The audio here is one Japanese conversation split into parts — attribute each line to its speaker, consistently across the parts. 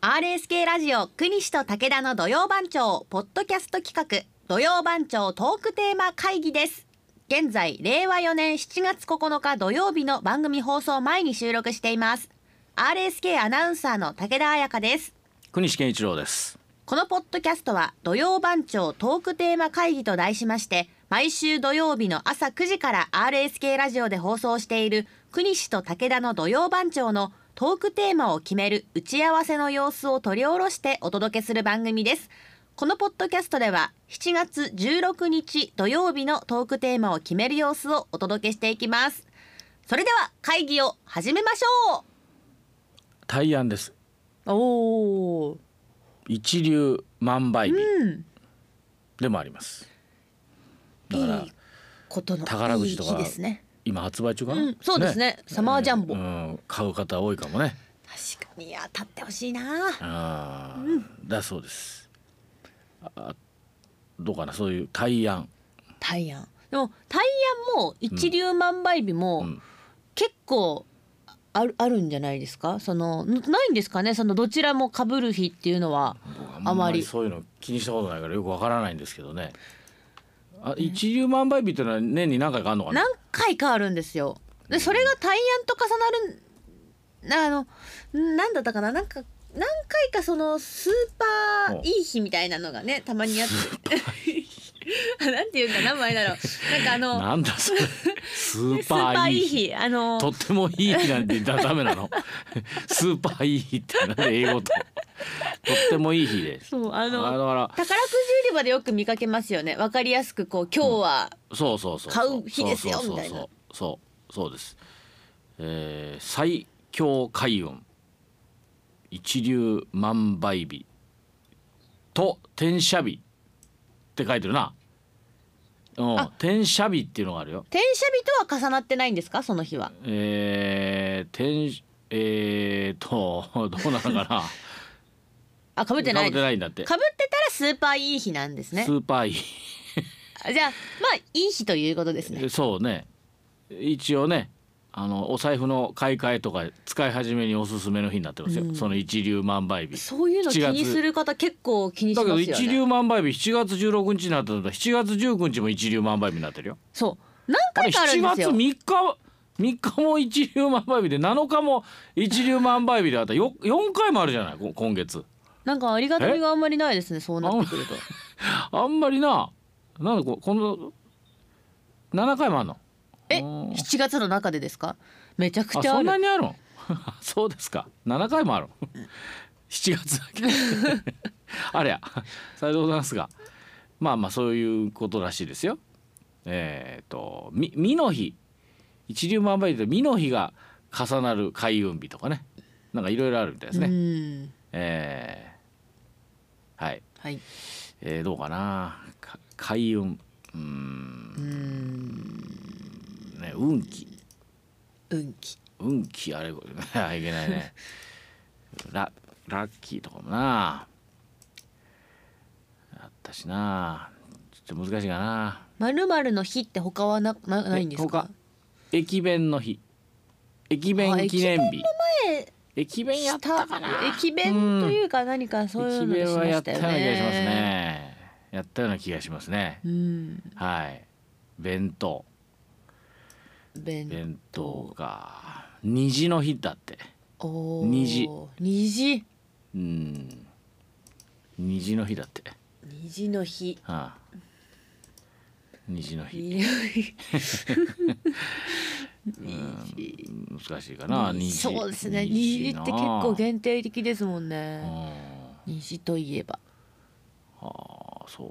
Speaker 1: RSK ラジオ国西と武田の土曜番長ポッドキャスト企画土曜番長トークテーマ会議です現在令和4年7月9日土曜日の番組放送前に収録しています RSK アナウンサーの武田彩香です
Speaker 2: 国西健一郎です。
Speaker 1: このポッドキャストは土曜番長トークテーマ会議と題しまして毎週土曜日の朝9時から RSK ラジオで放送している国氏と武田の土曜番長のトークテーマを決める打ち合わせの様子を取り下ろしてお届けする番組です。このポッドキャストでは7月16日土曜日のトークテーマを決める様子をお届けしていきます。それでは会議を始めましょ
Speaker 2: 大安です。
Speaker 1: うおお、
Speaker 2: 一流万倍日
Speaker 1: うん、
Speaker 2: でもあります。
Speaker 1: い
Speaker 2: だから
Speaker 1: いことの
Speaker 2: 宝くじとか
Speaker 1: いい日ですね。
Speaker 2: 今発売中かな。
Speaker 1: うん、そうですね。サマージャンボ、
Speaker 2: うん、買う方多いかもね。
Speaker 1: 確かにいや当たってほしいな
Speaker 2: ああ、だそうです。あ、どうかな、そういう大安。
Speaker 1: タイヤンでもタイヤンも一粒万倍日も
Speaker 2: うん
Speaker 1: 結構あるあるんじゃないですかそのんないんですかねそのどちらも被る日っていうのは
Speaker 2: 僕
Speaker 1: あ
Speaker 2: あん
Speaker 1: ま
Speaker 2: ま
Speaker 1: り
Speaker 2: りそういうの気にしたことないから、よくわからないんですけどね。あ、一流万倍日ってのは年に何回かあるのかな。
Speaker 1: 何回かあるんですよでそれがタイヤンと重なるんあのんなんだったかななんか何回かそのスーパーいい日みたいなのがねたまにやって なんていうんだ名前だろうなんかあの
Speaker 2: なん だそれ。スー
Speaker 1: スー
Speaker 2: パ
Speaker 1: パ
Speaker 2: ー
Speaker 1: ー
Speaker 2: い
Speaker 1: い
Speaker 2: い
Speaker 1: い
Speaker 2: 日。
Speaker 1: 日あの
Speaker 2: とってもいい日なんて言ったらダメなの スーパーいい日ってなんで英語ととってもいい日です
Speaker 1: そうあ
Speaker 2: あだ
Speaker 1: の
Speaker 2: か
Speaker 1: 宝くじ売り場でよく見かけますよねわかりやすくこう今日は、
Speaker 2: らそうそうそう
Speaker 1: 買う日ですよみたいな
Speaker 2: そうそうそうそうそうです、えー、最強開運一粒万倍日と転写日って書いてるなうん
Speaker 1: あ
Speaker 2: 転写日っていうのがあるよ
Speaker 1: 転写日とは重なってないんですかその日は
Speaker 2: えー、転えー、と どうなのか な
Speaker 1: あかぶってない
Speaker 2: 被って
Speaker 1: か
Speaker 2: ないんだって
Speaker 1: ぶってたらスーパーいい日なんですね
Speaker 2: スーパーイ
Speaker 1: あじゃあまあいい日ということですね
Speaker 2: そうね一応ねあのお財布の買い替えとか使い始めにおすすめの日になってますよ、
Speaker 1: うん
Speaker 2: その一粒万倍日
Speaker 1: そういうの気
Speaker 2: 7
Speaker 1: に
Speaker 2: 月
Speaker 1: する方結構気にし
Speaker 2: だ
Speaker 1: ま
Speaker 2: け
Speaker 1: すよ
Speaker 2: ど
Speaker 1: ね
Speaker 2: 一粒万倍日7月16日になったのと7月19日も一粒万倍日になってるよ
Speaker 1: そう何
Speaker 2: あれ
Speaker 1: 回かある
Speaker 2: 7
Speaker 1: んです
Speaker 2: 月
Speaker 1: よ
Speaker 2: 3日3日も一粒万倍日で7日も一粒万倍日であったよ4回もあるじゃないこ今月
Speaker 1: なんかありがたみがあんまりないですねそうなってくると
Speaker 2: あんまりななんでここの7回もあんの
Speaker 1: え
Speaker 2: うん
Speaker 1: 7月の中でですかめちゃく
Speaker 2: あ
Speaker 1: ちゃ
Speaker 2: そ
Speaker 1: あ
Speaker 2: ん
Speaker 1: る
Speaker 2: なにあ るのそうですか7回もあるの7月だけ あれやさようでございますがまあまあそういうことらしいですよえっ、と「みみの日」一粒万倍日と「みの日」が重なる開運日とかねなんかいろいろあるみたいですね、
Speaker 1: うん
Speaker 2: えーはい、
Speaker 1: はい
Speaker 2: えーどうかなか開運うーんね運気
Speaker 1: 運気
Speaker 2: 運気あれあいけないねララッキーとかもなあったしなちょっと難しいかな
Speaker 1: まるまるの日って他はななないんですか
Speaker 2: え他駅弁の日駅弁記念日
Speaker 1: 前
Speaker 2: 駅弁やったかな
Speaker 1: 駅弁というか何かそういう
Speaker 2: 駅
Speaker 1: ので
Speaker 2: 弁
Speaker 1: し
Speaker 2: は
Speaker 1: ま
Speaker 2: や
Speaker 1: し
Speaker 2: った
Speaker 1: よ
Speaker 2: たよ
Speaker 1: ね
Speaker 2: うな気がしますねやったような気がしますね
Speaker 1: うん
Speaker 2: はい弁当
Speaker 1: 弁
Speaker 2: 弁当か虹の日だって
Speaker 1: おー
Speaker 2: 虹
Speaker 1: 虹
Speaker 2: うん虹の日だって
Speaker 1: 虹の 日
Speaker 2: はあ、虹の日
Speaker 1: いやい
Speaker 2: 難しいかな虹
Speaker 1: そうですね虹って結構
Speaker 2: 限
Speaker 1: 限定的ですもん
Speaker 2: 定
Speaker 1: ね虹といえば
Speaker 2: ああそ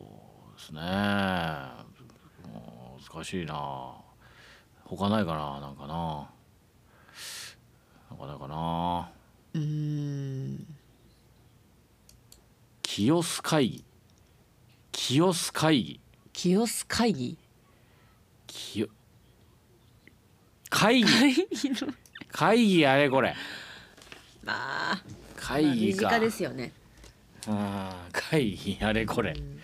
Speaker 2: うですねうん難しいな他ないかななんかななんかないかな
Speaker 1: うーん
Speaker 2: 清須会議清須会議
Speaker 1: 清須会議
Speaker 2: 清会議
Speaker 1: 会議の
Speaker 2: 会議あれこれ
Speaker 1: まあ
Speaker 2: 会議か、
Speaker 1: まあ身近ですよね
Speaker 2: あー会議あれこれ
Speaker 1: うん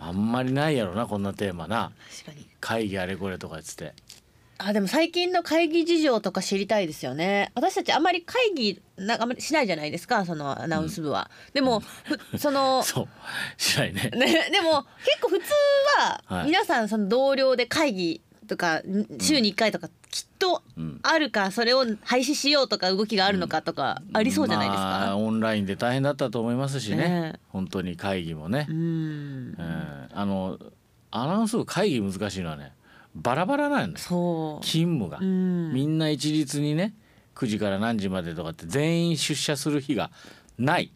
Speaker 2: あんまりないやろなこんなテーマな
Speaker 1: 確かに
Speaker 2: 会議あれこれとかっつって
Speaker 1: あでも最近の会議事情とか知りたいですよね私たちあんまり会議なあんまりしないじゃないですかそのアナウンス部は、でも ふその
Speaker 2: そうしないね。
Speaker 1: ね、でも結構普通
Speaker 2: は
Speaker 1: はい皆さんその同僚で会議とかん週に1回とかきっと
Speaker 2: うん
Speaker 1: あるかそれを廃止しようとか動きがあるのかとかありそうじゃないです
Speaker 2: まあ
Speaker 1: か。
Speaker 2: オンラインで大変だったと思いますしね。
Speaker 1: ねえ
Speaker 2: 本当に会議もね
Speaker 1: う。ん
Speaker 2: うんあのアナウンス部会議難しいのはねバラバラなんです。
Speaker 1: そう
Speaker 2: 勤務が
Speaker 1: う。ん
Speaker 2: みんな一律にね9時から何時までとかって全員出社する日がない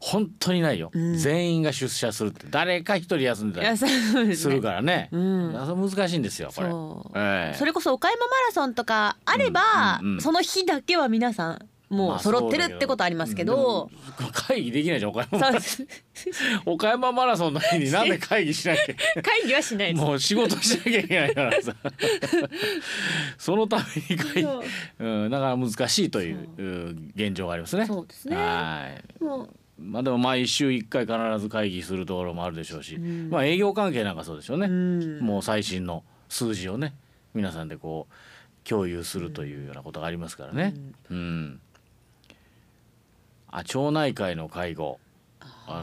Speaker 2: 本当にないよ、
Speaker 1: うん
Speaker 2: 全員が出社するって誰か一人休んで
Speaker 1: い
Speaker 2: た
Speaker 1: や
Speaker 2: り
Speaker 1: そうですす
Speaker 2: る
Speaker 1: ね。
Speaker 2: からね、
Speaker 1: うん
Speaker 2: あそう難しいんですよこれ
Speaker 1: そう
Speaker 2: ええ
Speaker 1: それこそ岡山マラソンとかあれば、
Speaker 2: うんうんうん
Speaker 1: その日だけは皆さんも
Speaker 2: ま
Speaker 1: う
Speaker 2: あ
Speaker 1: 揃ってるってことありますけど。
Speaker 2: そうだけどでも会議できないじゃん岡山
Speaker 1: そうです
Speaker 2: 岡山マラソンの日になんで会議しなきゃ
Speaker 1: 会議はしないです。
Speaker 2: もう仕事しなきゃいけないからさそのために会議
Speaker 1: そう、
Speaker 2: うん、だから難しいといううん現状がありますね。
Speaker 1: そうですね
Speaker 2: はい
Speaker 1: もう
Speaker 2: まあでも毎週1回必ず会議するところもあるでしょうし、
Speaker 1: ん
Speaker 2: まあ営業関係なんかそうでしょうね、
Speaker 1: うん
Speaker 2: もう最新の数字をね皆さんでこう共有するというようなことがありますからね。うんあ町内会の会合あの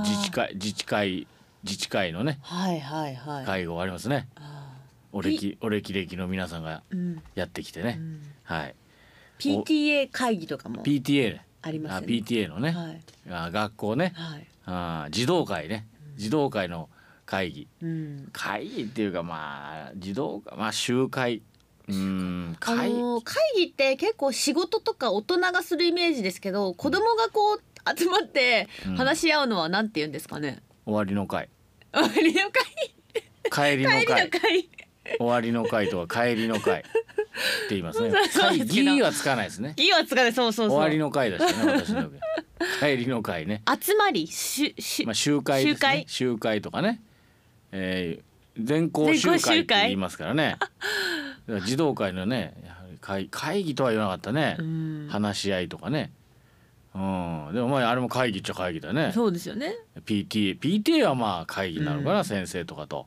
Speaker 1: あー
Speaker 2: 自治会自治会自治会のね
Speaker 1: はいはいはい。
Speaker 2: 会合ありますね。
Speaker 1: あ
Speaker 2: お歴お歴歴の皆さんが
Speaker 1: ーうん
Speaker 2: やってきてね、
Speaker 1: うん
Speaker 2: はい、
Speaker 1: PTA 会議とかも
Speaker 2: PTA ね
Speaker 1: あります
Speaker 2: あ
Speaker 1: よね。
Speaker 2: PTA のね、
Speaker 1: はい
Speaker 2: あ学校ね
Speaker 1: はい。
Speaker 2: あ児童会ね児童会の会議
Speaker 1: うん。
Speaker 2: 会議っていうかまあ児童会まあ集会うん
Speaker 1: あ
Speaker 2: 会
Speaker 1: のー会議って結構仕事とか大人がするイメージですけど、子供がこう集まって
Speaker 2: うん
Speaker 1: 話し合うのはなんて言うんですかね。
Speaker 2: 終わりの会
Speaker 1: 終わりの会
Speaker 2: 帰りの
Speaker 1: 帰りの
Speaker 2: 会
Speaker 1: 会。
Speaker 2: 終わりの会とか帰りの会って言いますね
Speaker 1: そうそう
Speaker 2: 会議はつかないですね
Speaker 1: いいわつかね、そうそうそう。
Speaker 2: 終わりの会だしね私の時帰りの会ね
Speaker 1: 集まりしゅし、
Speaker 2: まあ集会です
Speaker 1: 集会
Speaker 2: ね集会とかねえー全校集
Speaker 1: 全校
Speaker 2: 会
Speaker 1: 集
Speaker 2: って
Speaker 1: 会
Speaker 2: 言いますからねだから児童会のねやはり会会議とは言わなかったね、
Speaker 1: うん
Speaker 2: 話し合いとかね。うん、でもまああれも会議っちゃ会議だね。
Speaker 1: そうですよね。
Speaker 2: PTA、PTA はまあ会議なのかな、
Speaker 1: うん
Speaker 2: 先生とかと。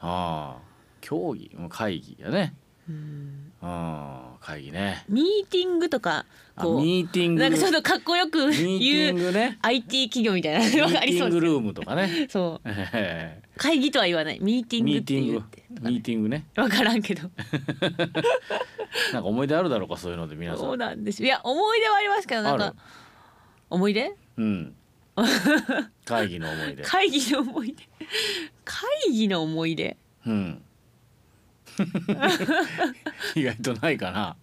Speaker 2: ああ、協議、うん会議だね。
Speaker 1: うん
Speaker 2: うん、会議ね。
Speaker 1: ミーティングとか
Speaker 2: あ
Speaker 1: こう
Speaker 2: ミーティング、
Speaker 1: なん
Speaker 2: ミ
Speaker 1: かちょっと
Speaker 2: ー
Speaker 1: かっこよく
Speaker 2: ティ
Speaker 1: 言
Speaker 2: ン
Speaker 1: う。
Speaker 2: グね
Speaker 1: IT 企業みたい
Speaker 2: ミ
Speaker 1: なの
Speaker 2: ー
Speaker 1: があ
Speaker 2: テ
Speaker 1: り
Speaker 2: ィ
Speaker 1: そ
Speaker 2: ン
Speaker 1: う
Speaker 2: グ
Speaker 1: で
Speaker 2: ルームとかね。
Speaker 1: す。そ
Speaker 2: え
Speaker 1: う会議とは言わない ミーテ
Speaker 2: え
Speaker 1: ィングっ
Speaker 2: ミー
Speaker 1: て
Speaker 2: ティン
Speaker 1: 言う
Speaker 2: グ
Speaker 1: って、
Speaker 2: ミーティングね。
Speaker 1: 分からんけど
Speaker 2: なんか思い出あるだろうか、そういうので皆さ。
Speaker 1: そうんなんですよいや思い出はありますけどなん
Speaker 2: あ
Speaker 1: か
Speaker 2: る
Speaker 1: 思い出
Speaker 2: うん。会議の思い出。
Speaker 1: 会議の思い出会議の思い出
Speaker 2: うん。 意外とないかな。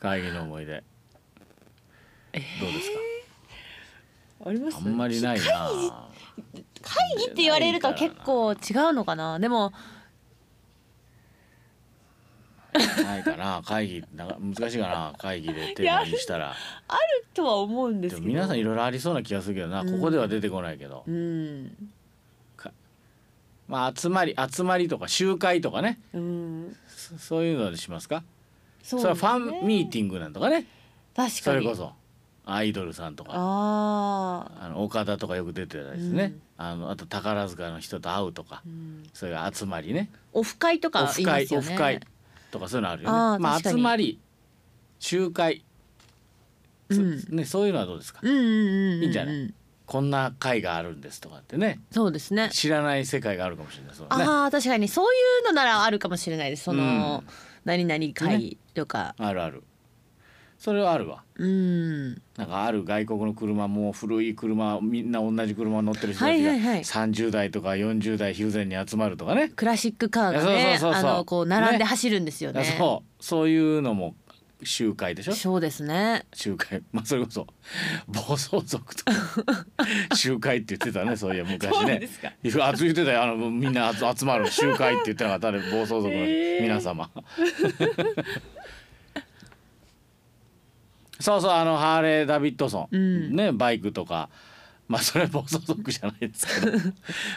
Speaker 2: 会議の思い出。どうですか。
Speaker 1: ありま
Speaker 2: あんまりないな。
Speaker 1: 会議って言われると結構違うのかなでも
Speaker 2: ないかな。会議なんか難しいかな。会議でテーマにしたら。
Speaker 1: あるとは思うんで
Speaker 2: です
Speaker 1: け
Speaker 2: も
Speaker 1: ど
Speaker 2: 皆さんいろいろありそうな気がするけどな。
Speaker 1: うん
Speaker 2: ここでは出てこないけど
Speaker 1: う。ん
Speaker 2: まあ集まり集まりとか集会とかね。
Speaker 1: うん
Speaker 2: そそういうのでしますか。
Speaker 1: そ
Speaker 2: そうれはファンミー
Speaker 1: テ
Speaker 2: ティングなんとかね。
Speaker 1: ィン確
Speaker 2: そ
Speaker 1: か
Speaker 2: れ
Speaker 1: に
Speaker 2: こそアイドルさんとか。
Speaker 1: ああ
Speaker 2: あの岡田とかよく出てたですね、
Speaker 1: うん
Speaker 2: あのあと宝塚の人と会うとか、
Speaker 1: うん
Speaker 2: それが集まりね
Speaker 1: オフ会と
Speaker 2: オ
Speaker 1: か
Speaker 2: フ
Speaker 1: 言いま
Speaker 2: 会
Speaker 1: すよ
Speaker 2: オ
Speaker 1: ね
Speaker 2: フ会とかそういうのあるよね
Speaker 1: あー
Speaker 2: まあ
Speaker 1: 確か
Speaker 2: 集
Speaker 1: に
Speaker 2: まり集会、そ
Speaker 1: うん
Speaker 2: ね、そういうのはどうですか、
Speaker 1: うんうんうんうん
Speaker 2: いいんじゃないこんな会があるんですとかってね
Speaker 1: そうですね
Speaker 2: 知らない世界があるかもしれないそうだね
Speaker 1: ああ確かにそういうのならあるかもしれないですその、
Speaker 2: う
Speaker 1: 何々会とか、
Speaker 2: あるあるそれはあるわ
Speaker 1: うん
Speaker 2: なんかある外国の車もう古い車みんな同じ車乗ってる人たちが
Speaker 1: はいはいはい
Speaker 2: 30代とか40代ヒューゼンに集まるとかね
Speaker 1: クラシックカーがね
Speaker 2: そうそうそうそう
Speaker 1: あのこう並んで走るんですよね
Speaker 2: あそうそういうのも集会でしょ
Speaker 1: そうですね
Speaker 2: 集会 まあそれこそ暴走 族とか集会って言ってたねそういや昔
Speaker 1: そうなんで
Speaker 2: ね
Speaker 1: すか
Speaker 2: いやあ言ってたよあのみんな集集まる集会って言ってなかったね暴走族の皆様、 そうそうあのハーレー・ダビッドソン、
Speaker 1: うん
Speaker 2: ねバイクとかまあそれは暴走族じゃないです けど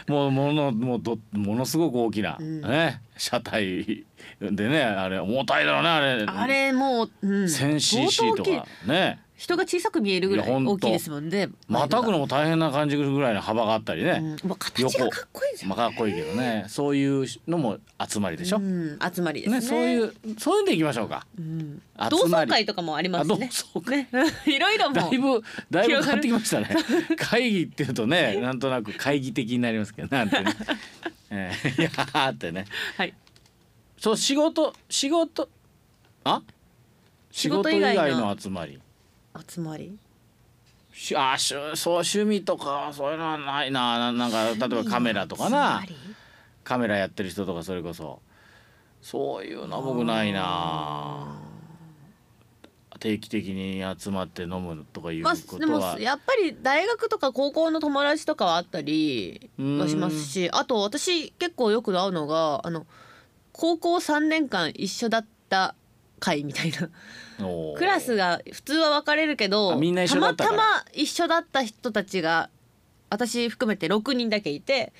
Speaker 2: もうものもうどものすごく大きな、
Speaker 1: うん
Speaker 2: ね車体でねあれ重たいだろうねあれ
Speaker 1: あれもう、うん、
Speaker 2: 1000cc と
Speaker 1: 相当大きい
Speaker 2: かね
Speaker 1: 人が小さく見えるぐら
Speaker 2: いやほ
Speaker 1: い
Speaker 2: んと
Speaker 1: 大きいですもんね。
Speaker 2: またぐ
Speaker 1: の、
Speaker 2: のも大変な感じぐらいの幅があったり
Speaker 1: う
Speaker 2: ね、
Speaker 1: ん、もう形がかっこいいじゃん。
Speaker 2: まあ、かっこいいけどねそういうのも集まりでしょ、
Speaker 1: うん、集まりですね。
Speaker 2: ね、そういうそういうんでいきましょうか
Speaker 1: うん
Speaker 2: 集
Speaker 1: 同
Speaker 2: ま
Speaker 1: 窓
Speaker 2: り
Speaker 1: 会とかもありますね。
Speaker 2: あ同窓
Speaker 1: ね、 いろいろ
Speaker 2: だ
Speaker 1: もう
Speaker 2: いぶだい
Speaker 1: 広
Speaker 2: ぶ
Speaker 1: が
Speaker 2: 変わっ
Speaker 1: る
Speaker 2: てきましたね会議っていうとねなんとなく会議的になりますけどなんてね、えー、いやーってね
Speaker 1: はい。
Speaker 2: そう仕事仕事あ仕
Speaker 1: 仕
Speaker 2: 事
Speaker 1: 事
Speaker 2: 以
Speaker 1: 以外の
Speaker 2: 外の集まり
Speaker 1: 集まり。
Speaker 2: しあしゅそう趣味とかそういうのはないなななんか例えばカメラとか
Speaker 1: 集ま
Speaker 2: な
Speaker 1: り
Speaker 2: カメラやってる人とかそれこそそういうのは僕ないな定期的に集まって飲むとかいう
Speaker 1: ま
Speaker 2: こ
Speaker 1: あ、で
Speaker 2: と
Speaker 1: も
Speaker 2: は、
Speaker 1: やっぱり大学とか高校の友達とかはあったりはしますしあと私結構よく会うのがあの高校3年間一緒だった会みたいな
Speaker 2: おー
Speaker 1: クラスが普通は分かれるけ
Speaker 2: あ
Speaker 1: ど
Speaker 2: みんな一緒だったから
Speaker 1: またま一緒だった人たちが私含めて6人だけいて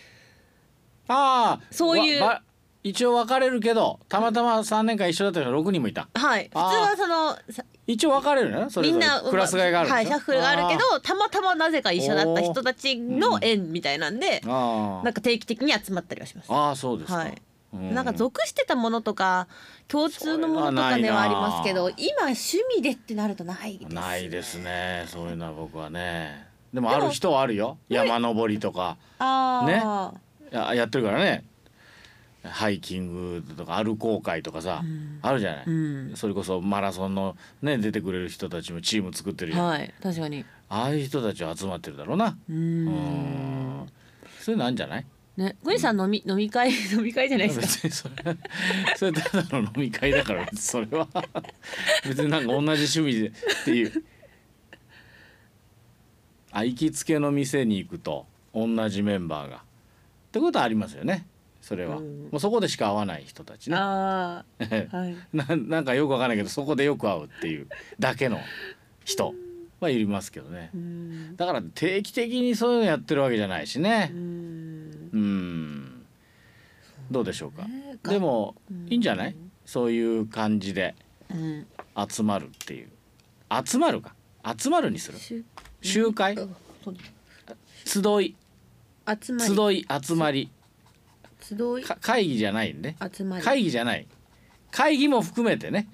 Speaker 2: ああ
Speaker 1: そういう
Speaker 2: わば一応別れるけどたまたま3年間一緒だった人が6人もいた
Speaker 1: はい普通
Speaker 2: あー
Speaker 1: はそのさ
Speaker 2: 一応別れるねそ
Speaker 1: み
Speaker 2: れぞ
Speaker 1: ん
Speaker 2: れ
Speaker 1: な
Speaker 2: クラス替えがあるん
Speaker 1: は
Speaker 2: で
Speaker 1: い
Speaker 2: しょ
Speaker 1: シャッフルがあるけどたまたまなぜか一緒だった人たち
Speaker 2: お
Speaker 1: の
Speaker 2: ー
Speaker 1: 縁みたいなんで
Speaker 2: あーあー
Speaker 1: なんか定期的に集まったりはします。
Speaker 2: あーそうですか、
Speaker 1: はい
Speaker 2: うん
Speaker 1: なんか属してたものとか共通のものとかではありますけど
Speaker 2: そ
Speaker 1: 今趣味でってなるとないですね
Speaker 2: ないですねそういうのは僕はねでもある人はあるよ山登りとか
Speaker 1: ああ、
Speaker 2: ややってるからねハイキングとか歩こう会とかさ、
Speaker 1: ん
Speaker 2: あるじゃない、
Speaker 1: うん
Speaker 2: それこそマラソンのね出てくれる人たちもチーム作ってるよ、
Speaker 1: はい確かに
Speaker 2: ああいう人たちは集まってるだろうな
Speaker 1: うー
Speaker 2: うん
Speaker 1: ん
Speaker 2: そういうのあるんじゃない
Speaker 1: ねグニさん飲み飲み会 飲み会じゃないですか
Speaker 2: 別にそれそれただの飲み会だから別にそれ は別になんか同じ趣味でっていうあ行きつけの店に行くと同じメンバーがってことはありますよねそれは、
Speaker 1: うん
Speaker 2: もうそこでしか会わない人たちね
Speaker 1: あ あはい
Speaker 2: ななんかよくわかんないけどそこでよく会うっていうだけの人はいますけどね
Speaker 1: うーん
Speaker 2: だから定期的にそういうのやってるわけじゃないしね
Speaker 1: うーん
Speaker 2: うんどうでしょうか
Speaker 1: ね
Speaker 2: でも
Speaker 1: うん
Speaker 2: いいんじゃないそういう感じで
Speaker 1: うん
Speaker 2: 集まるっていう集まるか集まるにする
Speaker 1: 集
Speaker 2: 集会
Speaker 1: あそう
Speaker 2: 集い
Speaker 1: 集まり
Speaker 2: 集い集まり
Speaker 1: 集い
Speaker 2: か会議じゃないんで
Speaker 1: 集まり
Speaker 2: 会議じゃない会議も含めてね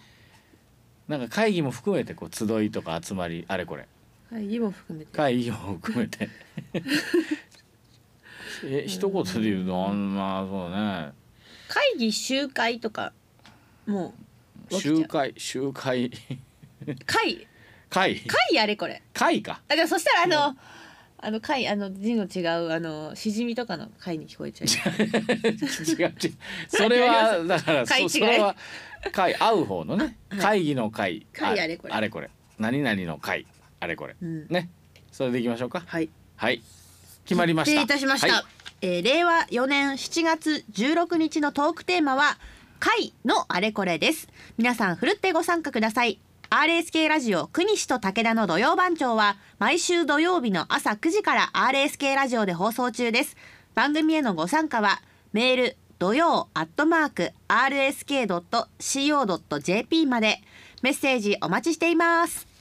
Speaker 2: なんか会議も含めてこう集いとか集まりあれこれ
Speaker 1: 会議も含めて
Speaker 2: 会議も含め てえ一言で言うとあんまそうね
Speaker 1: 会議集会とかもう起きちゃう
Speaker 2: 集会集会
Speaker 1: 会
Speaker 2: 会
Speaker 1: 会あれこれ
Speaker 2: 会か
Speaker 1: あでもそしたらあの、あの貝あの字の違うあのしじみとかの貝に聞こえちゃ う。
Speaker 2: 違う違うそれはだから
Speaker 1: 会
Speaker 2: そ
Speaker 1: 違い
Speaker 2: それは会会う方のね会議の会
Speaker 1: 会あれこれ
Speaker 2: あれこれ何々の会あれこれ
Speaker 1: うん、
Speaker 2: ねそれでいきましょうか
Speaker 1: はい。
Speaker 2: はい決まりました
Speaker 1: 失礼いたしました。
Speaker 2: はい
Speaker 1: えー令和4年7月16日のトークテーマは貝のあれこれです。皆さんふるってご参加ください。RSK ラジオ国西と武田の土曜番長は毎週土曜日の朝9時から RSK ラジオで放送中です。番組へのご参加はメール土曜アットマーク RSK.CO.JP までメッセージお待ちしています。